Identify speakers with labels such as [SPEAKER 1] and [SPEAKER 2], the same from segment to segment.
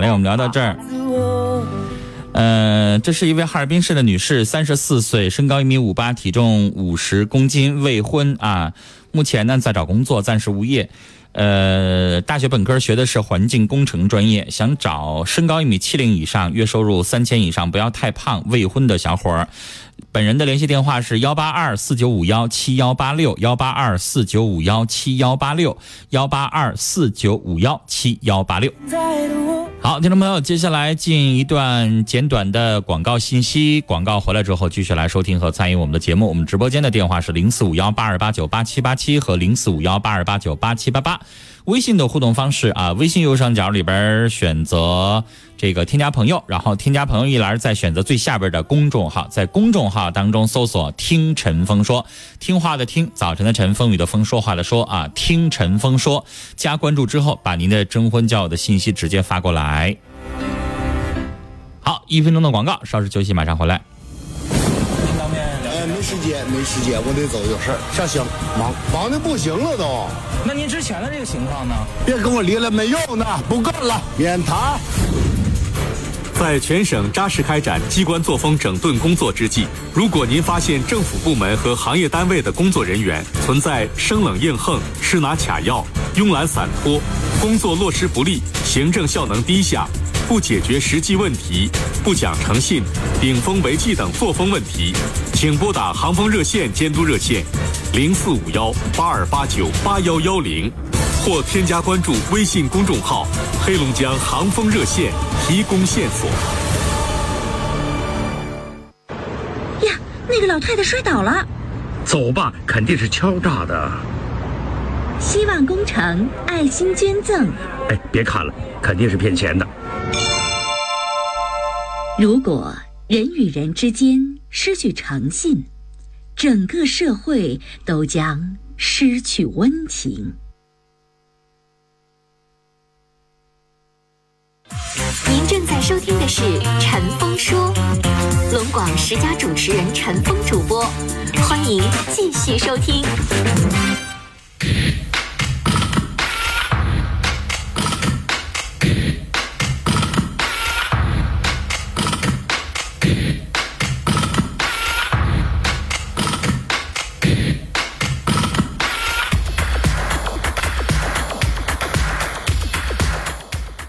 [SPEAKER 1] 嘞，我们聊到这儿。呃，这是一位哈尔滨市的女士，三十四岁，身高一米五八，体重五十公斤，未婚啊。目前呢在找工作，暂时无业。呃，大学本科学的是环境工程专业，想找身高一米七零以上，月收入三千以上，不要太胖，未婚的小伙儿。本人的联系电话是幺八二四九五幺七幺八六，幺八二四九五幺七幺八六，幺八二四九五幺七幺八六。好，听众朋友，接下来进一段简短的广告信息，广告回来之后继续来收听和参与我们的节目。我们直播间的电话是零四五幺八二八九八七八七和零四五幺八二八九八七八八。微信的互动方式啊，微信右上角里边选择这个添加朋友，然后添加朋友一栏再选择最下边的公众号，在公众号当中搜索“听陈峰说”，听话的听，早晨的晨，风雨的风，说话的说啊，听陈峰说，加关注之后，把您的征婚交友的信息直接发过来。好，一分钟的广告，稍事休息，马上回来。
[SPEAKER 2] 哎，没时间，没时间，我得走，有事儿上香，忙忙的不行了都。
[SPEAKER 3] 那您之前的这个情况呢？
[SPEAKER 2] 别跟我离了，没用的，不干了，免谈。
[SPEAKER 4] 在全省扎实开展机关作风整顿工作之际，如果您发现政府部门和行业单位的工作人员存在生冷硬横、吃拿卡要、慵懒散拖、工作落实不力、行政效能低下、不解决实际问题、不讲诚信、顶风违纪等作风问题，请拨打航风热线监督热线零四五幺八二八九八幺幺零。或添加关注微信公众号“黑龙江航风热线”，提供线索。
[SPEAKER 5] 呀，那个老太太摔倒了。
[SPEAKER 6] 走吧，肯定是敲诈的。
[SPEAKER 5] 希望工程爱心捐赠。
[SPEAKER 6] 哎，别看了，肯定是骗钱的。
[SPEAKER 5] 如果人与人之间失去诚信，整个社会都将失去温情。
[SPEAKER 7] 您正在收听的是《陈峰说》，龙广十佳主持人陈峰主播，欢迎继续收听。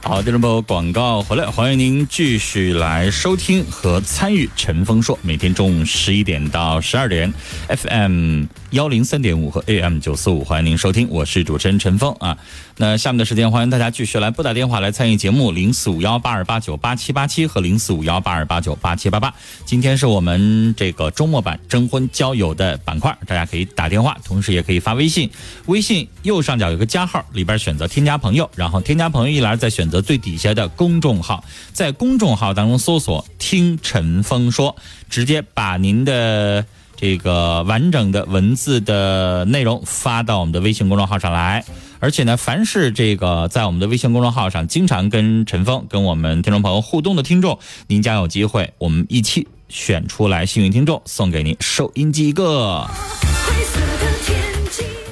[SPEAKER 1] 好，听众朋友，广告回来，欢迎您继续来收听和参与《陈峰说》，每天中午十一点到十二点，FM 幺零三点五和 AM 九四五，欢迎您收听，我是主持人陈峰啊。那下面的时间，欢迎大家继续来拨打电话来参与节目，零四五幺八二八九八七八七和零四五幺八二八九八七八八。今天是我们这个周末版征婚交友的板块，大家可以打电话，同时也可以发微信，微信右上角有个加号，里边选择添加朋友，然后添加朋友一栏再选择。最底下的公众号，在公众号当中搜索“听陈峰说”，直接把您的这个完整的文字的内容发到我们的微信公众号上来。而且呢，凡是这个在我们的微信公众号上经常跟陈峰、跟我们听众朋友互动的听众，您将有机会，我们一起选出来幸运听众，送给您收音机一个。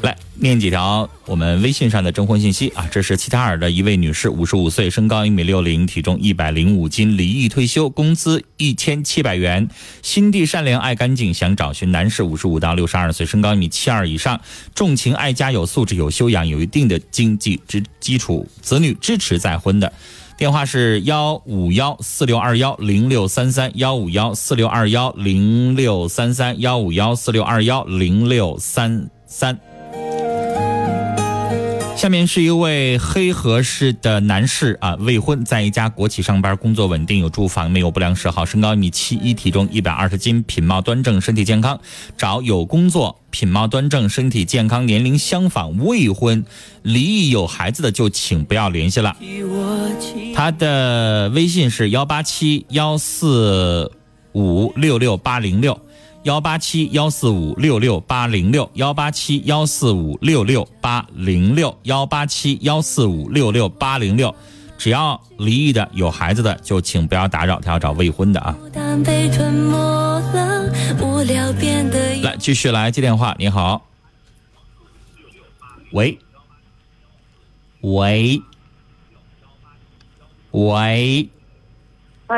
[SPEAKER 1] 来念几条我们微信上的征婚信息啊！这是齐齐哈尔的一位女士，五十五岁，身高一米六零，体重一百零五斤，离异退休，工资一千七百元，心地善良，爱干净，想找寻男士，五十五到六十二岁，身高一米七二以上，重情爱家，有素质，有修养，有一定的经济支基础，子女支持再婚的。电话是幺五幺四六二幺零六三三幺五幺四六二幺零六三三幺五幺四六二幺零六三三。下面是一位黑河市的男士啊，未婚，在一家国企上班，工作稳定，有住房，没有不良嗜好，身高一米七一，体重一百二十斤，品貌端正，身体健康，找有工作、品貌端正、身体健康、年龄相仿、未婚、离异有孩子的就请不要联系了。他的微信是幺八七幺四五六六八零六。幺八七幺四五六六八零六，幺八七幺四五六六八零六，幺八七幺四五六六八零六，只要离异的、有孩子的，就请不要打扰。他要找未婚的啊。
[SPEAKER 8] 嗯
[SPEAKER 1] 来，继续来接电话。你好，喂，喂，喂，
[SPEAKER 9] 喂，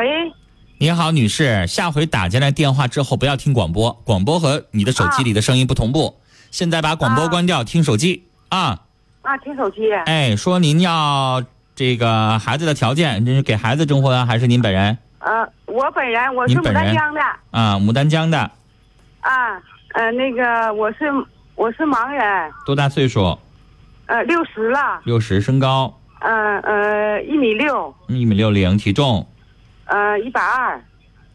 [SPEAKER 1] 你好，女士，下回打进来电话之后不要听广播，广播和你的手机里的声音不同步。现在把广播关掉，听手机啊。
[SPEAKER 9] 啊，听手机，
[SPEAKER 1] 哎，说您要这个孩子的条件，这是给孩子征婚还是您本人
[SPEAKER 9] 呃，我本人我
[SPEAKER 1] 您
[SPEAKER 9] 是牡
[SPEAKER 1] 本
[SPEAKER 9] 丹
[SPEAKER 1] 人
[SPEAKER 9] 江的，
[SPEAKER 1] 啊？牡丹江的，
[SPEAKER 9] 啊，呃，那个我是我是盲人，
[SPEAKER 1] 多大岁数？
[SPEAKER 9] 呃，六十了，
[SPEAKER 1] 六十，身高
[SPEAKER 9] 呃呃，一米六，
[SPEAKER 1] 一米六零，体重
[SPEAKER 9] 呃，一百二，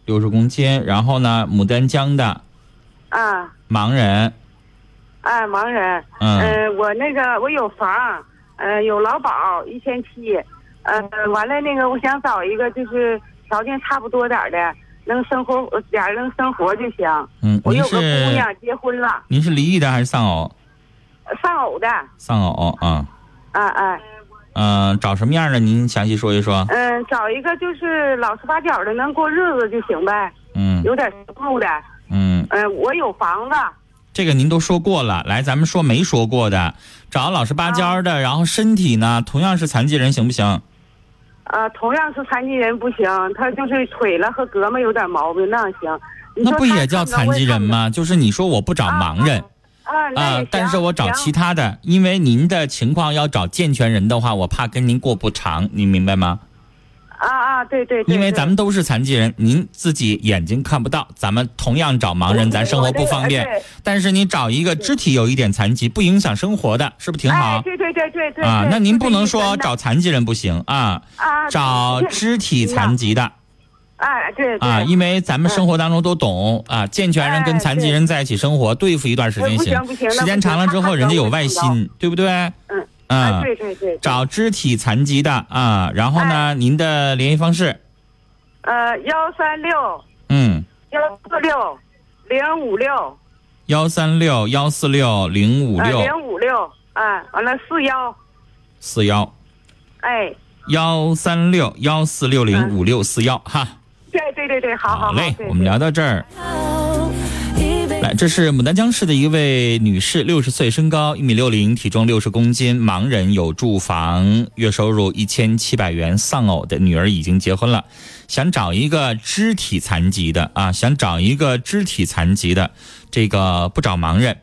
[SPEAKER 1] 六十公斤。然后呢，牡丹江的
[SPEAKER 9] 啊，
[SPEAKER 1] 盲人，
[SPEAKER 9] 啊，盲人，
[SPEAKER 1] 嗯
[SPEAKER 9] 呃，我那个我有房，呃，有劳保一千七，呃，完了那个我想找一个就是条件差不多点儿的，能生活呃俩人能生活就行。
[SPEAKER 1] 嗯，
[SPEAKER 9] 我
[SPEAKER 1] 您
[SPEAKER 9] 有个姑
[SPEAKER 1] 是
[SPEAKER 9] 娘结婚了，
[SPEAKER 1] 您是离异的还是丧偶？
[SPEAKER 9] 丧偶的，
[SPEAKER 1] 丧偶啊，
[SPEAKER 9] 啊啊，
[SPEAKER 1] 嗯、找什么样的？您详细说一说。
[SPEAKER 9] 嗯、找一个就是老实巴交的，能过日子就行呗，
[SPEAKER 1] 嗯
[SPEAKER 9] 有点收入的，
[SPEAKER 1] 嗯，
[SPEAKER 9] 嗯、我有房子，
[SPEAKER 1] 这个您都说过了，来，咱们说没说过的，找老实巴交
[SPEAKER 9] 啊
[SPEAKER 1] 的，然后身体呢同样是残疾人，行不行？
[SPEAKER 9] 呃，同样是残疾人不行，他就是腿了和胳膊有点毛病，那行。你
[SPEAKER 1] 那
[SPEAKER 9] 说
[SPEAKER 1] 不
[SPEAKER 9] 他
[SPEAKER 1] 也叫
[SPEAKER 9] 看
[SPEAKER 1] 残
[SPEAKER 9] 着
[SPEAKER 1] 疾人
[SPEAKER 9] 我也看
[SPEAKER 1] 吗？就是你说我不找
[SPEAKER 9] 啊
[SPEAKER 1] 盲人
[SPEAKER 9] 不着？啊，那
[SPEAKER 1] 啊、
[SPEAKER 9] 也行
[SPEAKER 1] 但是我找其
[SPEAKER 9] 行
[SPEAKER 1] 他的，因为您的情况要找健全人的话，我怕跟您过不长，您明白吗？
[SPEAKER 9] 啊啊，对对对，
[SPEAKER 1] 因为
[SPEAKER 9] 对
[SPEAKER 1] 咱们都是残疾人，您自己眼睛看不到，咱们同样找盲人，咱生活不方便。。但是你找一个肢体有一点残疾，不影响生活的，是不是挺
[SPEAKER 9] 我这个
[SPEAKER 1] 好？
[SPEAKER 9] 哎，对对对对对
[SPEAKER 1] 啊，
[SPEAKER 9] 对
[SPEAKER 1] 那您不能
[SPEAKER 9] 是这
[SPEAKER 1] 说
[SPEAKER 9] 意思
[SPEAKER 1] 找残疾人不行啊，
[SPEAKER 9] 啊
[SPEAKER 1] 找
[SPEAKER 9] 对
[SPEAKER 1] 肢体残疾的
[SPEAKER 9] 哎对对
[SPEAKER 1] 啊，因为咱们生活当中都懂啊，健全人跟
[SPEAKER 9] 哎
[SPEAKER 1] 残疾人在一起生活，对付一段时间
[SPEAKER 9] 不哎行不行
[SPEAKER 1] 时间长了之
[SPEAKER 9] 那
[SPEAKER 1] 后
[SPEAKER 9] 不行
[SPEAKER 1] 人家有外
[SPEAKER 9] 他
[SPEAKER 1] 心，对不对？嗯
[SPEAKER 9] 啊对哎对对，对
[SPEAKER 1] 找肢体残疾的啊，然后呢，您的联系方式，
[SPEAKER 9] 呃幺三六
[SPEAKER 1] 嗯，
[SPEAKER 9] 幺四六零五六
[SPEAKER 1] 幺三六幺四六零五六
[SPEAKER 9] 啊零五六，哎，完了四幺，
[SPEAKER 1] 四幺
[SPEAKER 9] 哎，
[SPEAKER 1] 幺三六幺四六零五六四幺哈。
[SPEAKER 9] 对对对对，好好
[SPEAKER 1] 嘞
[SPEAKER 9] 对，
[SPEAKER 1] 我们
[SPEAKER 9] 对
[SPEAKER 1] 聊到这儿。来，这是牡丹江市的一位女士，六十岁，身高一米六零，体重六十公斤，盲人，有住房，月收入一千七百元，丧偶的女儿已经结婚了，想找一个肢体残疾的啊，想找一个肢体残疾的，这个不找盲人。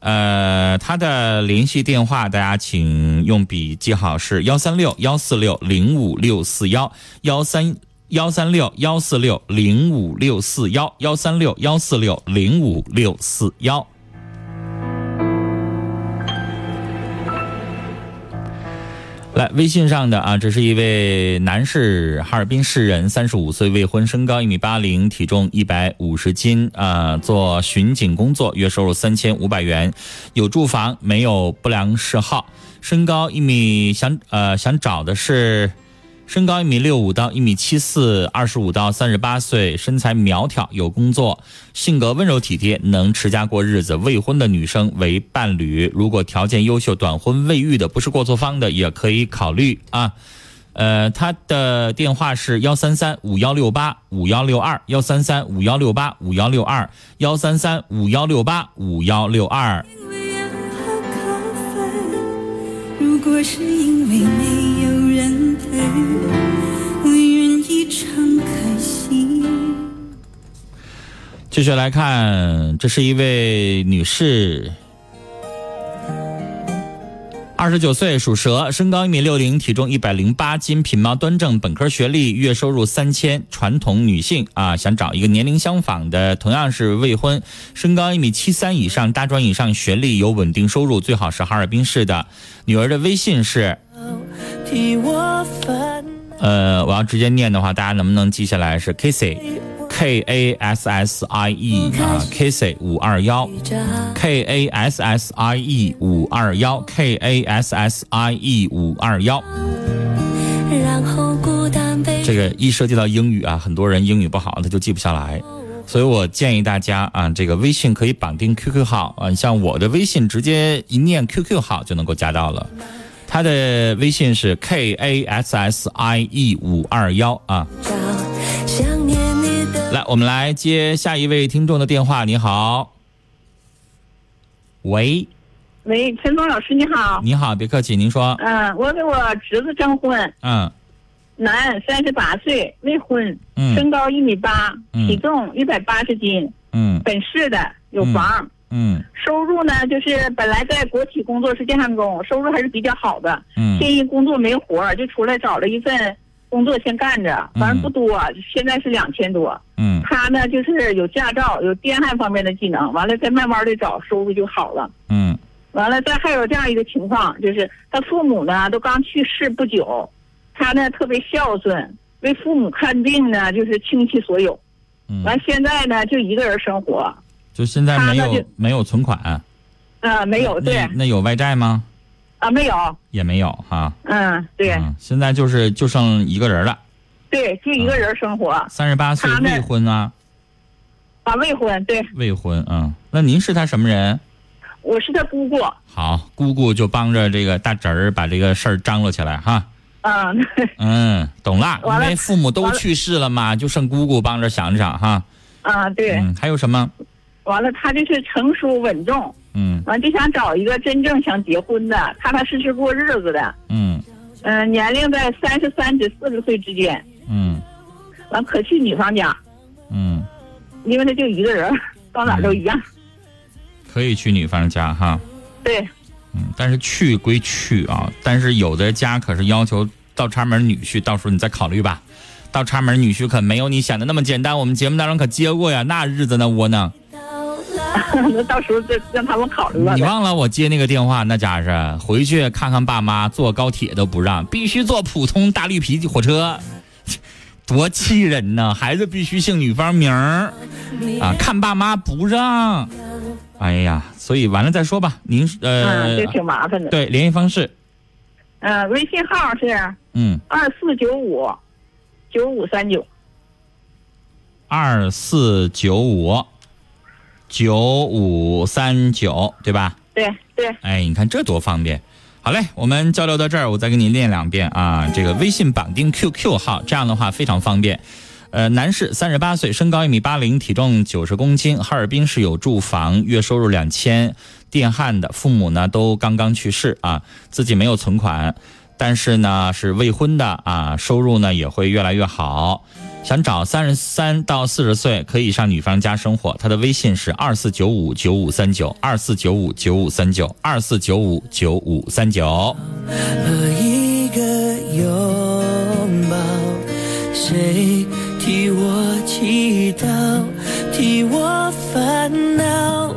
[SPEAKER 1] 呃，他的联系电话大家请用笔记好，是幺三六幺四六零五六四幺幺三幺三六幺四六零五六四幺幺三六幺四六零五六四幺。来，微信上的啊，这是一位男士，哈尔滨市人，三十五岁，未婚，身高一米八零，体重一百五十斤，啊、做巡警工作，月收入三千五百元，有住房，没有不良嗜好，身高一米，想呃想找的是。身高一米六五到一米七四，二十五到三十八岁，身材苗条，有工作，性格温柔体贴，能持家过日子。未婚的女生为伴侣，如果条件优秀，短婚未育的，不是过错方的，也可以考虑啊。呃，他的电话是幺三三五幺六八五幺六二，幺三三五幺六八五幺六二，幺三三五幺六八五幺六二。
[SPEAKER 8] 如果是因为没有人陪，我愿意敞开心。
[SPEAKER 1] 继续来看，这是一位女士，二十九岁，属蛇，身高一米六零，体重一百零八斤，品貌端正，本科学历，月收入三千，传统女性啊，想找一个年龄相仿的，同样是未婚，身高一米七三以上，大专以上学历，有稳定收入，最好是哈尔滨市的。女儿的微信是，
[SPEAKER 8] 替我烦
[SPEAKER 1] 呃，我要直接念的话，大家能不能记下来？是 Kissy。K A S S I E 啊，Kissy 五二幺，K A S S I E 五二幺，K A S S I E 五二幺。
[SPEAKER 8] 然后孤单被
[SPEAKER 1] 这个一涉及到英语啊，很多人英语不好，他就记不下来。所以我建议大家啊，这个微信可以绑定 QQ 号啊，像我的微信直接一念 QQ 号就能够加到了。他的微信是 K A S S I E 五二幺啊。
[SPEAKER 8] 找，想念你的
[SPEAKER 1] 来，我们来接下一位听众的电话。你好，喂，
[SPEAKER 9] 喂，陈峰老师你好，呃
[SPEAKER 1] 你好，别客气，您说，
[SPEAKER 9] 嗯、我给我侄子征婚，
[SPEAKER 1] 嗯
[SPEAKER 9] 男，三十八岁，未婚，
[SPEAKER 1] 嗯
[SPEAKER 9] 身高一米八，
[SPEAKER 1] 嗯
[SPEAKER 9] 体重一百八十斤，
[SPEAKER 1] 嗯
[SPEAKER 9] 本市的，有房。
[SPEAKER 1] 嗯
[SPEAKER 9] 收入呢，就是本来在国企工作是健康工，收入还是比较好的。
[SPEAKER 1] 嗯
[SPEAKER 9] 这一工作没活儿，就出来找了一份工作先干着，反正不多，现在是两千多。
[SPEAKER 1] 嗯
[SPEAKER 9] 他呢，就是有驾照，有电焊方面的技能，完了再慢慢的找，收入就好了。
[SPEAKER 1] 嗯
[SPEAKER 9] 完了，再还有这样一个情况，就是他父母呢都刚去世不久，他呢特别孝顺，为父母看病呢就是倾其所有。
[SPEAKER 1] 嗯
[SPEAKER 9] 完现在呢就一个人生活，
[SPEAKER 1] 就现在没
[SPEAKER 9] 他那
[SPEAKER 1] 有
[SPEAKER 9] 就
[SPEAKER 1] 没有存款，
[SPEAKER 9] 啊、没有对
[SPEAKER 1] 那有外债吗？
[SPEAKER 9] 啊没有，
[SPEAKER 1] 也没有哈、
[SPEAKER 9] 嗯对、
[SPEAKER 1] 嗯，现在就是就剩一个人了，
[SPEAKER 9] 对，就一个人生活，
[SPEAKER 1] 三十八岁
[SPEAKER 9] 他那
[SPEAKER 1] 未婚啊，
[SPEAKER 9] 啊未婚，对
[SPEAKER 1] 未婚嗯，那您是他什么人？
[SPEAKER 9] 我是他姑姑，
[SPEAKER 1] 好，姑姑就帮着这个大侄儿把这个事儿张罗起来哈。
[SPEAKER 9] 嗯
[SPEAKER 1] 嗯，懂了，因
[SPEAKER 9] 完了
[SPEAKER 1] 为父母都
[SPEAKER 9] 完了
[SPEAKER 1] 去世了嘛，就剩姑姑帮着想一想哈。
[SPEAKER 9] 啊对，
[SPEAKER 1] 嗯，还有什么？
[SPEAKER 9] 完了他就是成熟稳重，
[SPEAKER 1] 嗯
[SPEAKER 9] 完就想找一个真正想结婚的，踏踏实实过日子的，
[SPEAKER 1] 嗯
[SPEAKER 9] 嗯、年龄在三十三至四十岁之间，
[SPEAKER 1] 嗯
[SPEAKER 9] 完可去女方家。
[SPEAKER 1] 嗯，
[SPEAKER 9] 因为他就一个人儿，到哪儿都一样。
[SPEAKER 1] 可以去女方家哈。
[SPEAKER 9] 对，
[SPEAKER 1] 嗯，但是去归去啊，但是有的家可是要求倒插门女婿，到时候你再考虑吧。倒插门女婿可没有你想的那么简单，我们节目当中可接过呀，那日子那窝囊。
[SPEAKER 9] 那到时候再让他们考虑吧嗯
[SPEAKER 1] 你。忘了我接那个电话，那家是回去看看爸妈，坐高铁都不让，必须坐普通大绿皮火车， 多气人呐！孩子必须姓女方名儿啊，看爸妈不让。哎呀，所以完了再说吧。您是呃，
[SPEAKER 9] 嗯，这挺麻烦的。
[SPEAKER 1] 对联系方式，
[SPEAKER 9] 嗯、微信号是
[SPEAKER 1] 嗯，
[SPEAKER 9] 二四九五九五三九
[SPEAKER 1] 二四九五九五三九，对吧？
[SPEAKER 9] 对对，
[SPEAKER 1] 哎，你看这多方便。好嘞，我们交流到这儿，我再给你念两遍啊。这个微信绑定 QQ 号，这样的话非常方便。呃，男士，三十八岁，身高一米八零，体重九十公斤，哈尔滨市有住房，月收入两千，电焊的，父母呢都刚刚去世啊，自己没有存款，但是呢是未婚的啊，收入呢也会越来越好。想找三十三到四十岁可以上女方家生活，他的微信是二四九五九五三九二四九五九五三九二四九五九五三九。
[SPEAKER 8] 和一个拥抱，谁替我祈祷，替我烦恼，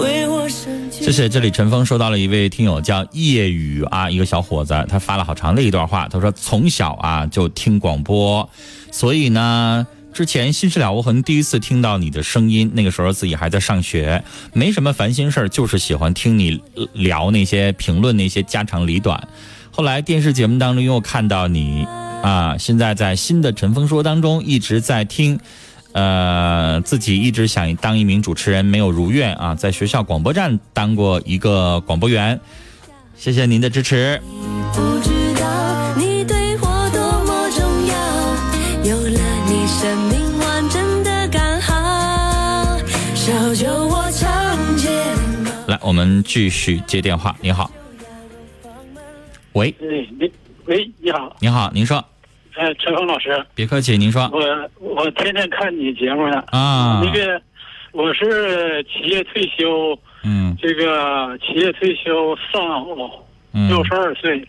[SPEAKER 8] 为我生气。
[SPEAKER 1] 谢谢。这里陈峰收到了一位听友叫叶雨啊，一个小伙子，他发了好长的一段话，他说从小啊就听广播，所以呢。之前《新事了无痕》第一次听到你的声音，那个时候自己还在上学，没什么烦心事儿，就是喜欢听你呃聊那些评论那些家长里短。后来电视节目当中又看到你啊，现在在新的《陈峰说》当中一直在听，呃，自己一直想当一名主持人，没有如愿啊，在呃学校广播站当过一个广播员。谢谢您的支持。
[SPEAKER 8] 不知道你对我多么重要，有了你，生命完整的刚好。小酒窝长睫毛。
[SPEAKER 1] 来，我们继续接电话。你好，喂，
[SPEAKER 10] 哎，你喂，你好，
[SPEAKER 1] 你好，您说，
[SPEAKER 10] 呃，陈峰老师，
[SPEAKER 1] 别客气，您说
[SPEAKER 10] 我我天天看你节目呢。
[SPEAKER 1] 啊
[SPEAKER 10] 那个我是企业退休，
[SPEAKER 1] 嗯，
[SPEAKER 10] 这个企业退休丧偶，
[SPEAKER 1] 嗯
[SPEAKER 10] 六十二岁，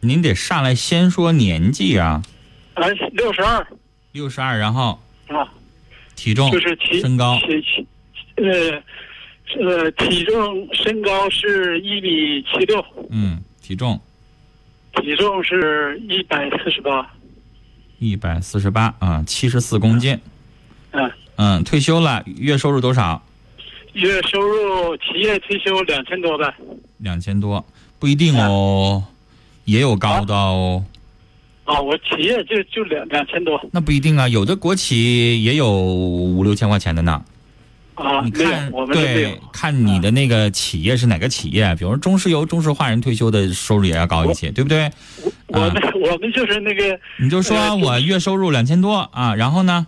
[SPEAKER 1] 您得上来先说年纪啊，
[SPEAKER 10] 哎，六十二
[SPEAKER 1] 六十二，然后
[SPEAKER 10] 啊，
[SPEAKER 1] 体重、
[SPEAKER 10] 就是体
[SPEAKER 1] 哦身高，
[SPEAKER 10] 体体呃呃体重身高是一米七六，
[SPEAKER 1] 嗯，体重
[SPEAKER 10] 体重是一百四十八，
[SPEAKER 1] 一百四十八啊，七十四公斤，
[SPEAKER 10] 嗯，
[SPEAKER 1] 嗯，退休了，月收入多少？
[SPEAKER 10] 月收入企业退休两千多呗，
[SPEAKER 1] 两千多，不一定哦，也有高的哦，
[SPEAKER 10] 啊，我企业就就两两千多
[SPEAKER 1] 那不一定啊，有的国企也有五六千块钱的呢。
[SPEAKER 10] 啊，
[SPEAKER 1] 你
[SPEAKER 10] 没有
[SPEAKER 1] 看，，
[SPEAKER 10] 我们这没有
[SPEAKER 1] 对。，啊看你的那个企业是哪个企业，比如说中石油、中石化，人退休的收入也要高一
[SPEAKER 10] 啊
[SPEAKER 1] 些，对不对？
[SPEAKER 10] 我们、我们就是那个，
[SPEAKER 1] 你就
[SPEAKER 10] 呃
[SPEAKER 1] 说
[SPEAKER 10] 就
[SPEAKER 1] 我月收入两千多啊，然后呢，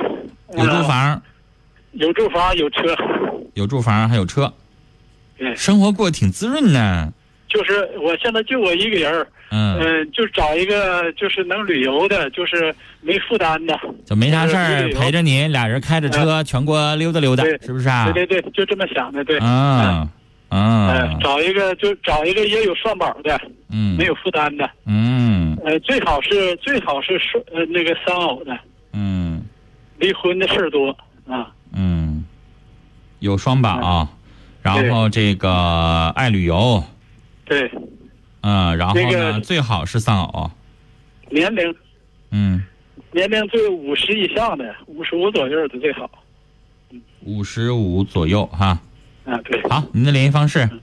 [SPEAKER 10] 嗯
[SPEAKER 1] 有住房，
[SPEAKER 10] 有住房有车，
[SPEAKER 1] 有住房，还有车，
[SPEAKER 10] 对，
[SPEAKER 1] 生活过得挺滋润呢。
[SPEAKER 10] 就是我现在就我一个人儿，
[SPEAKER 1] 嗯
[SPEAKER 10] 呃，就找一个就是能旅游的，就是没负担的，
[SPEAKER 1] 就没啥事
[SPEAKER 10] 就是
[SPEAKER 1] 儿
[SPEAKER 10] 旅游
[SPEAKER 1] 陪着您，俩人开着车全国溜达溜达，
[SPEAKER 10] 嗯对
[SPEAKER 1] 是不是啊？
[SPEAKER 10] 对对对，就这么想的，对。
[SPEAKER 1] 嗯
[SPEAKER 10] 呃
[SPEAKER 1] 嗯
[SPEAKER 10] 找一个就找一个也有社保的，
[SPEAKER 1] 嗯
[SPEAKER 10] 没有负担的，
[SPEAKER 1] 嗯
[SPEAKER 10] 呃，最好是最好是双呃那个丧偶的，
[SPEAKER 1] 嗯
[SPEAKER 10] 离婚的事儿多啊，
[SPEAKER 1] 嗯，有双
[SPEAKER 10] 嗯
[SPEAKER 1] 保，然后这个爱旅游，
[SPEAKER 10] 对，
[SPEAKER 1] 嗯，然后
[SPEAKER 10] 那
[SPEAKER 1] 呢
[SPEAKER 10] 个
[SPEAKER 1] 最好是丧偶，
[SPEAKER 10] 年龄
[SPEAKER 1] 嗯，
[SPEAKER 10] 年龄最五十以上的，五十五左右的最好
[SPEAKER 1] 五十五左右哈。
[SPEAKER 10] 啊，对，
[SPEAKER 1] 好，您的联系方式
[SPEAKER 10] 嗯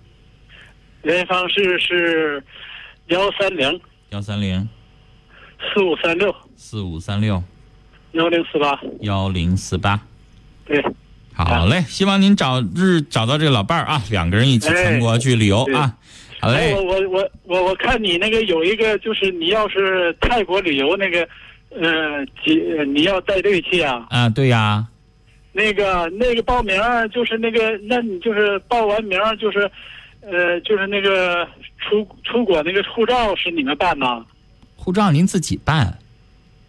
[SPEAKER 10] 联系方式是幺三零
[SPEAKER 1] 幺三零
[SPEAKER 10] 四五三六
[SPEAKER 1] 四五三六
[SPEAKER 10] 幺零四八，
[SPEAKER 1] 幺零四八。
[SPEAKER 10] 对，
[SPEAKER 1] 好嘞，希望您找日找到这个老伴儿啊，两个人一起全国去旅游啊。好
[SPEAKER 10] 哎，
[SPEAKER 1] 嘞
[SPEAKER 10] 我，我我我我看你那个有一个，就是你要是泰国旅游那个，呃，几呃你要带队去啊？
[SPEAKER 1] 啊，对呀、
[SPEAKER 10] 那个那个报名儿就是那个，那你就是报完名儿就是，呃，就是那个出出国那个护照是你们办呐？
[SPEAKER 1] 护照您自己办，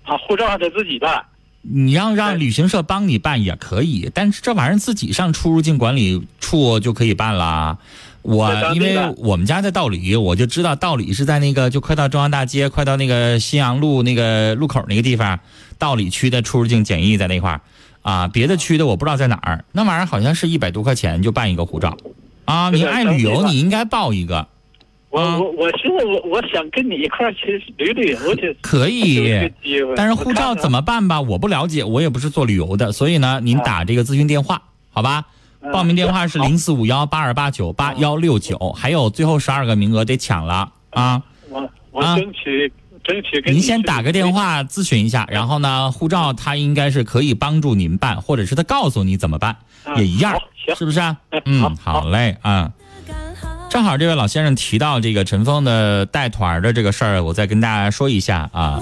[SPEAKER 10] 啊，护照还得自己办。
[SPEAKER 1] 你要让旅行社帮你办也可以，但是这玩意儿自己上出入境管理处就可以办啦。我
[SPEAKER 10] 在当地
[SPEAKER 1] 因为
[SPEAKER 10] 办
[SPEAKER 1] 我们家在道里，我就知道道里是在那个就快到中央大街，快到那个新阳路那个路口那个地方，道里区的出入境检疫在那块儿啊，别的区的我不知道在哪儿。那玩意儿好像是一百多块钱就办一个护照啊，
[SPEAKER 10] 对
[SPEAKER 1] 你
[SPEAKER 10] 在
[SPEAKER 1] 爱
[SPEAKER 10] 当
[SPEAKER 1] 旅
[SPEAKER 10] 地
[SPEAKER 1] 游
[SPEAKER 10] 办
[SPEAKER 1] 你应该报一个。
[SPEAKER 10] 我
[SPEAKER 1] 啊
[SPEAKER 10] 我我寻思我我想跟你一块儿去旅旅游去，
[SPEAKER 1] 可
[SPEAKER 10] 有这个
[SPEAKER 1] 以
[SPEAKER 10] 机会，
[SPEAKER 1] 但是护照怎么办吧？我不了解，我也不是做旅游的，所以呢，您打这个咨询电话，好吧？报名电话是零四五幺八二八九八幺六九，还有最后十二个名额得抢了啊！
[SPEAKER 10] 我我
[SPEAKER 1] 啊
[SPEAKER 10] 争取、争取跟
[SPEAKER 1] 您
[SPEAKER 10] 你
[SPEAKER 1] 先打个电话咨询一下，然后呢，护照他应该是可以帮助您办，或者是他告诉你怎么办，也一样，是不是啊？嗯，好嘞，啊。正好这位老先生提到这个陈峰的带团儿的这个事儿，我再跟大家说一下啊。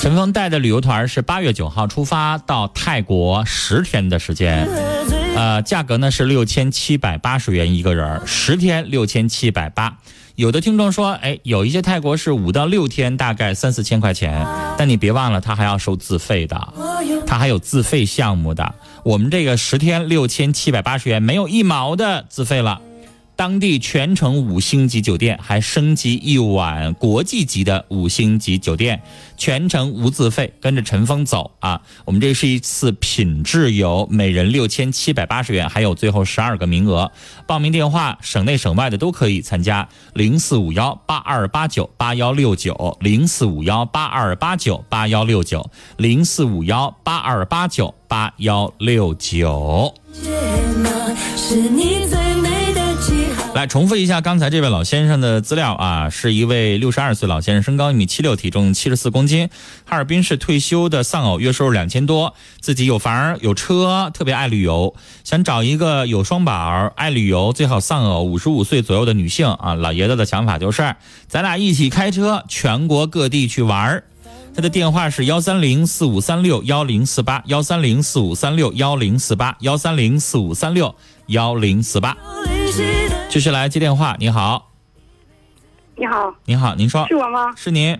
[SPEAKER 1] 陈峰带的旅游团是八月九号出发到泰国十天的时间，呃，价格呢是六千七百八十元一个人儿，十天六千七百八。有的听众说，哎，有一些泰国是五到六天，大概三四千块钱，但你别忘了，他还要收自费的，他还有自费项目的。我们这个十天六千七百八十元，没有一毛的自费了。当地全程五星级酒店，还升级一晚国际级的五星级酒店，全程无自费，跟着陈峰走啊！我们这是一次品质游，每人六千七百八十元，还有最后十二个名额。报名电话，省内省外的都可以参加，零四五幺八二八九八幺六九，零四五幺八二八九八幺六九，零四五幺八二八九八幺六九。
[SPEAKER 8] 是你最美的记号。
[SPEAKER 1] 来重复一下刚才这位老先生的资料啊，是一位六十二岁老先生，身高一米七六，体重七十四公斤，哈尔滨市退休的丧偶，月收入两千多，自己有房有车，特别爱旅游，想找一个有双保、爱旅游、最好丧偶、五十五岁左右的女性啊。老爷子的想法就是，咱俩一起开车全国各地去玩儿。他的电话是幺三零四五三六幺零四八，幺三零四五三六幺零四八，幺三零四五三六幺零四八。继续来接电话，你好，
[SPEAKER 11] 你好，
[SPEAKER 1] 你好，您说
[SPEAKER 11] 是我吗？
[SPEAKER 1] 是您，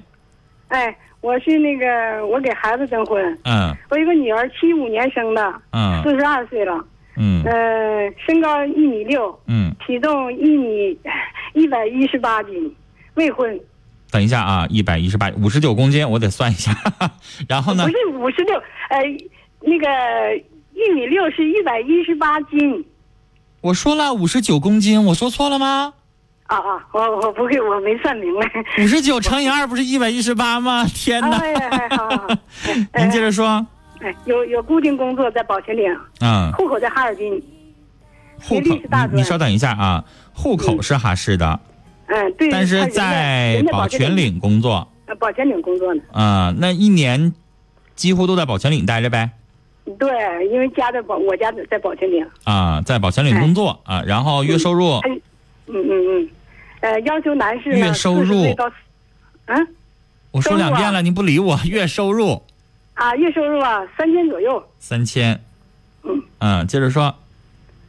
[SPEAKER 11] 哎，我是那个我给孩子征婚，
[SPEAKER 1] 嗯
[SPEAKER 11] 我有个女儿，七五年生的，
[SPEAKER 1] 嗯
[SPEAKER 11] 四十二岁了，
[SPEAKER 1] 嗯
[SPEAKER 11] 呃，身高一米六，
[SPEAKER 1] 嗯，
[SPEAKER 11] 体重一米 一百一十八斤，未婚，
[SPEAKER 1] 等一下啊，一百一十八，五十九公斤，我得算一下， 然后呢
[SPEAKER 11] 不，是五十六，呃，那个一米六是一百一十八斤
[SPEAKER 1] 我说了五十九公斤，我说错了吗？
[SPEAKER 11] 啊啊，我我不会，我没算明白。
[SPEAKER 1] 五十九乘以二不是一百一十八吗？天哪！
[SPEAKER 11] 哎哎哎好好 好，
[SPEAKER 1] 您接着说，
[SPEAKER 11] 哎，有有固定工作在保全岭，
[SPEAKER 1] 嗯，
[SPEAKER 11] 户口在哈尔滨，
[SPEAKER 1] 户
[SPEAKER 11] 学
[SPEAKER 1] 口
[SPEAKER 11] 历是大，
[SPEAKER 1] 你你稍等一下啊，户口是哈市的，
[SPEAKER 11] 嗯，对，
[SPEAKER 1] 但
[SPEAKER 11] 他
[SPEAKER 1] 是
[SPEAKER 11] 人
[SPEAKER 1] 在
[SPEAKER 11] 人
[SPEAKER 1] 保全岭工作，
[SPEAKER 11] 呃，保全岭工作呢。
[SPEAKER 1] 啊、那一年几乎都在保全岭待着呗，
[SPEAKER 11] 对，因为家在保，我家在保全岭。
[SPEAKER 1] 啊、在保全岭工作啊、然后月收入，
[SPEAKER 11] 嗯嗯嗯，呃，要求男士呢
[SPEAKER 1] 月收入
[SPEAKER 11] 40岁到，嗯
[SPEAKER 1] 我说两遍
[SPEAKER 11] 收入啊
[SPEAKER 1] 了，您不理我， 月收入。
[SPEAKER 11] 啊，月收入啊三千左右。
[SPEAKER 1] 嗯三千。嗯，接着说，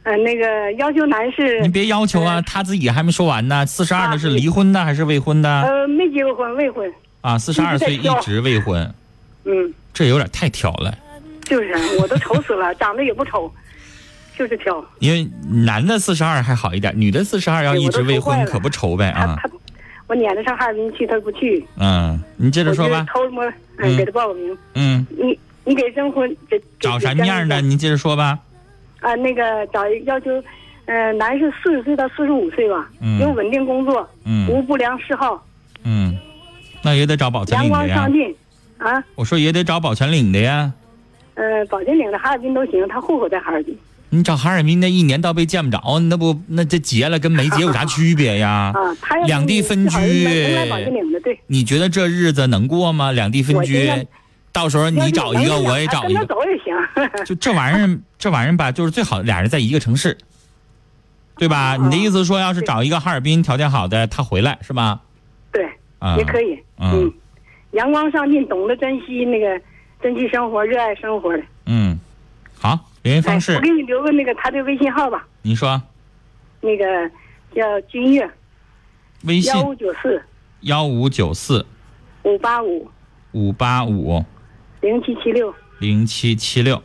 [SPEAKER 11] 呃，那个要求男士，
[SPEAKER 1] 你别要求啊，他自己还没说完呢。四十二的是离婚的还是未婚的？
[SPEAKER 11] 啊呃，没结过婚，未婚，
[SPEAKER 1] 啊，四十二岁一直未婚，
[SPEAKER 11] 嗯，
[SPEAKER 1] 这有点太挑了。
[SPEAKER 11] 就是我都愁死了， 长得也不丑，就是挑。
[SPEAKER 1] 因为男的四十二还好一点，女的四十二要一直未婚
[SPEAKER 11] 对我都愁坏了
[SPEAKER 1] 可不愁呗啊。
[SPEAKER 11] 我撵他上哈尔滨去，他不去。
[SPEAKER 1] 嗯，你接
[SPEAKER 11] 我
[SPEAKER 1] 着说吧
[SPEAKER 11] 就。偷摸，
[SPEAKER 1] 嗯
[SPEAKER 11] 嗯，给他报个名。
[SPEAKER 1] 嗯，
[SPEAKER 11] 你你给征婚，给
[SPEAKER 1] 找啥样的？你接着说吧。
[SPEAKER 11] 啊、那个找要求，呃，男士四十岁到四十五岁吧，
[SPEAKER 1] 嗯
[SPEAKER 11] 有稳定工作，
[SPEAKER 1] 嗯
[SPEAKER 11] 无不良嗜好，
[SPEAKER 1] 嗯，那也得找保全
[SPEAKER 11] 阳
[SPEAKER 1] 领的
[SPEAKER 11] 光
[SPEAKER 1] 呀
[SPEAKER 11] 上。进，啊，
[SPEAKER 1] 我说也得找保全领的呀。
[SPEAKER 11] 呃，保健领的哈尔滨都行，他户口在哈尔滨。
[SPEAKER 1] 你找哈尔滨那一年到被见不着，那不那这结了跟没结有啥区别呀？
[SPEAKER 11] 啊，他要
[SPEAKER 1] 两地分居
[SPEAKER 11] 是好像能来保健领的，对，
[SPEAKER 1] 你觉得这日子能过吗？两地分
[SPEAKER 11] 我
[SPEAKER 1] 居
[SPEAKER 11] 觉得，
[SPEAKER 1] 到时候
[SPEAKER 11] 要
[SPEAKER 1] 你
[SPEAKER 11] 是
[SPEAKER 1] 找一个，
[SPEAKER 11] 能
[SPEAKER 1] 我也
[SPEAKER 11] 啊
[SPEAKER 1] 找一
[SPEAKER 11] 跟
[SPEAKER 1] 个
[SPEAKER 11] 他。走也行。
[SPEAKER 1] 就这玩意儿，这玩意儿吧，就是最好俩人在一个城市，对
[SPEAKER 11] 啊
[SPEAKER 1] 吧？你的意思是说，要是找一个哈尔滨条件好的，他回来是吧？
[SPEAKER 11] 对，
[SPEAKER 1] 啊，
[SPEAKER 11] 也可以，
[SPEAKER 1] 嗯
[SPEAKER 11] 阳光上进，懂得珍惜那个珍惜生活，热爱生活的。哎
[SPEAKER 1] 嗯，好，联系方
[SPEAKER 11] 我
[SPEAKER 1] 式
[SPEAKER 11] 给你留个那个他的微信号吧，
[SPEAKER 1] 你说，
[SPEAKER 11] 那个叫君悦，
[SPEAKER 1] 微信
[SPEAKER 11] 幺五九四
[SPEAKER 1] 幺五九四
[SPEAKER 11] 五八五
[SPEAKER 1] 五八五
[SPEAKER 11] 零七七六。
[SPEAKER 1] 零七七六，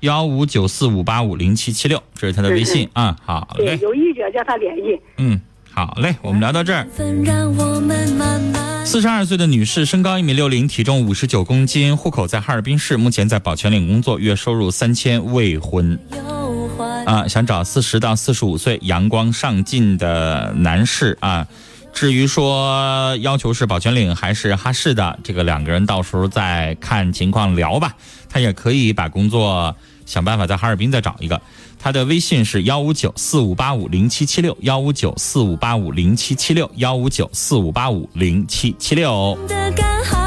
[SPEAKER 1] 幺五九四五八五零七七六，这是他的微信啊。好
[SPEAKER 11] 对，
[SPEAKER 1] 嘞，
[SPEAKER 11] 有意者叫他联系。
[SPEAKER 1] 嗯，好嘞，我们聊到这儿。
[SPEAKER 8] 让我们慢慢
[SPEAKER 1] 四十二岁的女士，身高一米六零，体重五十九公斤，户口在哈尔滨市，目前在保全岭工作，月收入三千，未婚。
[SPEAKER 8] 忧患。
[SPEAKER 1] 啊，想找四十到四十五岁阳光上进的男士啊。至于说要求是保全岭还是哈市的，这个两个人到时候再看情况聊吧。他也可以把工作想办法在哈尔滨再找一个。他的微信是幺五九四五八五零七七六，幺五九四五八五零七七六，幺五九四五八五零七七六。
[SPEAKER 8] 的干好。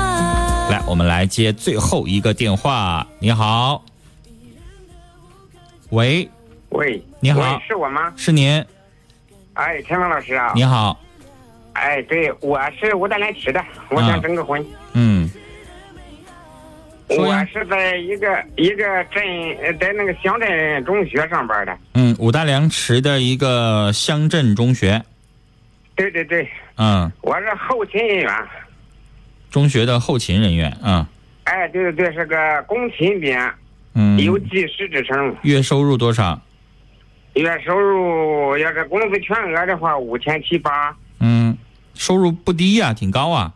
[SPEAKER 1] 来，我们来接最后一个电话。你好，喂，
[SPEAKER 12] 喂，
[SPEAKER 1] 你好
[SPEAKER 12] 喂是我吗？
[SPEAKER 1] 是您，
[SPEAKER 12] 哎，天放老师啊，
[SPEAKER 1] 你好，
[SPEAKER 12] 哎，对，我是乌丹来迟的，我
[SPEAKER 1] 啊
[SPEAKER 12] 想征个婚。
[SPEAKER 1] 嗯，说呀
[SPEAKER 12] 我啊是在一个一个镇，呃在那个乡镇中学上班的。
[SPEAKER 1] 嗯，五大良池的一个乡镇中学，
[SPEAKER 12] 对对对，
[SPEAKER 1] 嗯，
[SPEAKER 12] 我是后勤人员。
[SPEAKER 1] 中学的后勤人员，嗯
[SPEAKER 12] 哎，对对对，是个工勤编，有
[SPEAKER 1] 嗯，
[SPEAKER 12] 技师之称。
[SPEAKER 1] 月收入多少？
[SPEAKER 12] 月收入要是工资全额的话，五千七八
[SPEAKER 1] 嗯，收入不低呀、挺高啊。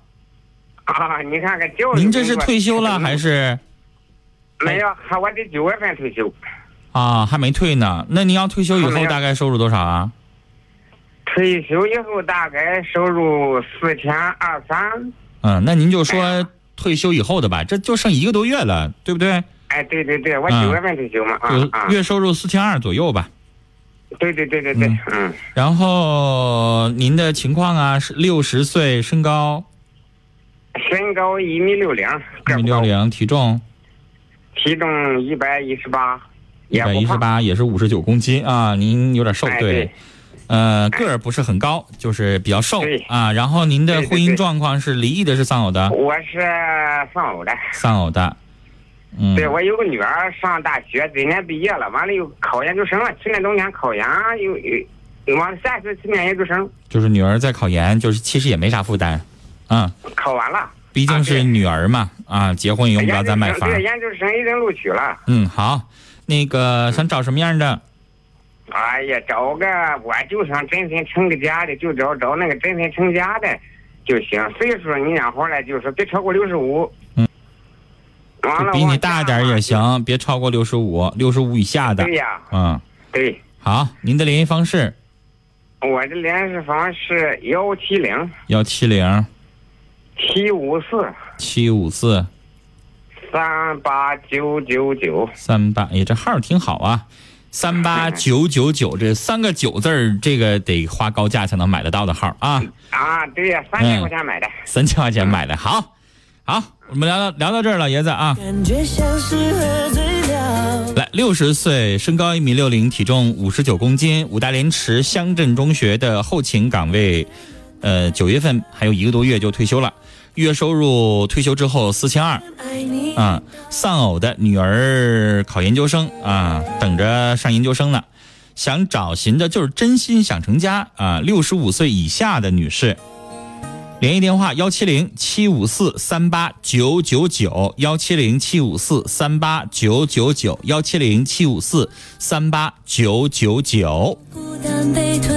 [SPEAKER 12] 啊！你看看，就是
[SPEAKER 1] 您这是
[SPEAKER 12] 工作
[SPEAKER 1] 退休了还是
[SPEAKER 12] 没有？还我得九月份退休，
[SPEAKER 1] 啊？还没退呢。那您要退休以
[SPEAKER 12] 还没
[SPEAKER 1] 后
[SPEAKER 12] 有
[SPEAKER 1] 大概收入多少啊？
[SPEAKER 12] 退休以后大概收入四千二三。
[SPEAKER 1] 嗯，那您就
[SPEAKER 12] 啊
[SPEAKER 1] 说退休以后的吧，这就剩一个多月了，对不对？
[SPEAKER 12] 哎，对对对，我
[SPEAKER 1] 嗯
[SPEAKER 12] 九月份退休嘛，啊
[SPEAKER 1] 就
[SPEAKER 12] 啊，
[SPEAKER 1] 月收入四千二左右吧。
[SPEAKER 12] 对对对对对，嗯，
[SPEAKER 1] 然后您的情况啊，是六十岁，身高
[SPEAKER 12] 身高一米六零，
[SPEAKER 1] 一米六零，体重
[SPEAKER 12] 体重一百一十八，
[SPEAKER 1] 一
[SPEAKER 12] 也
[SPEAKER 1] 百
[SPEAKER 12] 不
[SPEAKER 1] 一十
[SPEAKER 12] 胖，
[SPEAKER 1] 八，也是五十九公斤啊，您有点瘦，
[SPEAKER 12] 哎
[SPEAKER 1] 对
[SPEAKER 12] 对，
[SPEAKER 1] 呃，个儿不是很高，就是比较瘦啊。然后您的
[SPEAKER 12] 对对
[SPEAKER 1] 婚姻
[SPEAKER 12] 对
[SPEAKER 1] 状况是离异的，是丧偶的，
[SPEAKER 12] 我是丧偶的，
[SPEAKER 1] 丧偶的，嗯，
[SPEAKER 12] 对我有个女儿上大学，今年毕业了，完了又考研究生了，去年冬天考研又又，完了下次去念研究生，
[SPEAKER 1] 就是女儿在考研，就是其实也没啥负担，嗯，
[SPEAKER 12] 考完了，
[SPEAKER 1] 毕竟是女儿嘛，啊，结婚也用不着咱买
[SPEAKER 12] 研究
[SPEAKER 1] 房
[SPEAKER 12] 生，对研究生已经录取了，
[SPEAKER 1] 嗯，好，那个想找什么样的？
[SPEAKER 12] 哎呀，找个我就想真心成个家的，就找找那个真心成家的就行。岁数你养活了，就是别超过六十五。
[SPEAKER 1] 嗯。
[SPEAKER 12] 完
[SPEAKER 1] 就
[SPEAKER 12] 了，
[SPEAKER 1] 比你
[SPEAKER 12] 往
[SPEAKER 1] 大点儿也行，别超过六十五，六十五以下的。
[SPEAKER 12] 对哎呀
[SPEAKER 1] 嗯，
[SPEAKER 12] 对，
[SPEAKER 1] 好，您的联系方式
[SPEAKER 12] 我的联系方是幺七零
[SPEAKER 1] 幺七零
[SPEAKER 12] 七五四
[SPEAKER 1] 七五四
[SPEAKER 12] 三八九九九。
[SPEAKER 1] 三八，哎，这号儿挺好啊，三八九九九这三个九字儿，这个得花高价才能买得到的号儿啊，
[SPEAKER 12] 啊，对呀、三
[SPEAKER 1] 嗯
[SPEAKER 12] 千块钱买的。
[SPEAKER 1] 三千块钱买的，好，好，我们聊到聊到这儿，老爷子啊。
[SPEAKER 8] 感觉像是喝醉了。
[SPEAKER 1] 来，六十岁，身高一米六零，体重五十九公斤，五大连池乡镇中学的后勤岗位，呃，九月份还有一个多月就退休了，月收入退休之后四千二，啊，丧偶的女儿考研究生啊，等着上研究生呢，想找寻的就是真心想成家啊，六十五岁以下的女士。联系电话幺七零七五四三八九九九幺七零七五四三八九九九幺七零七五四三八九九九。
[SPEAKER 8] 但被推。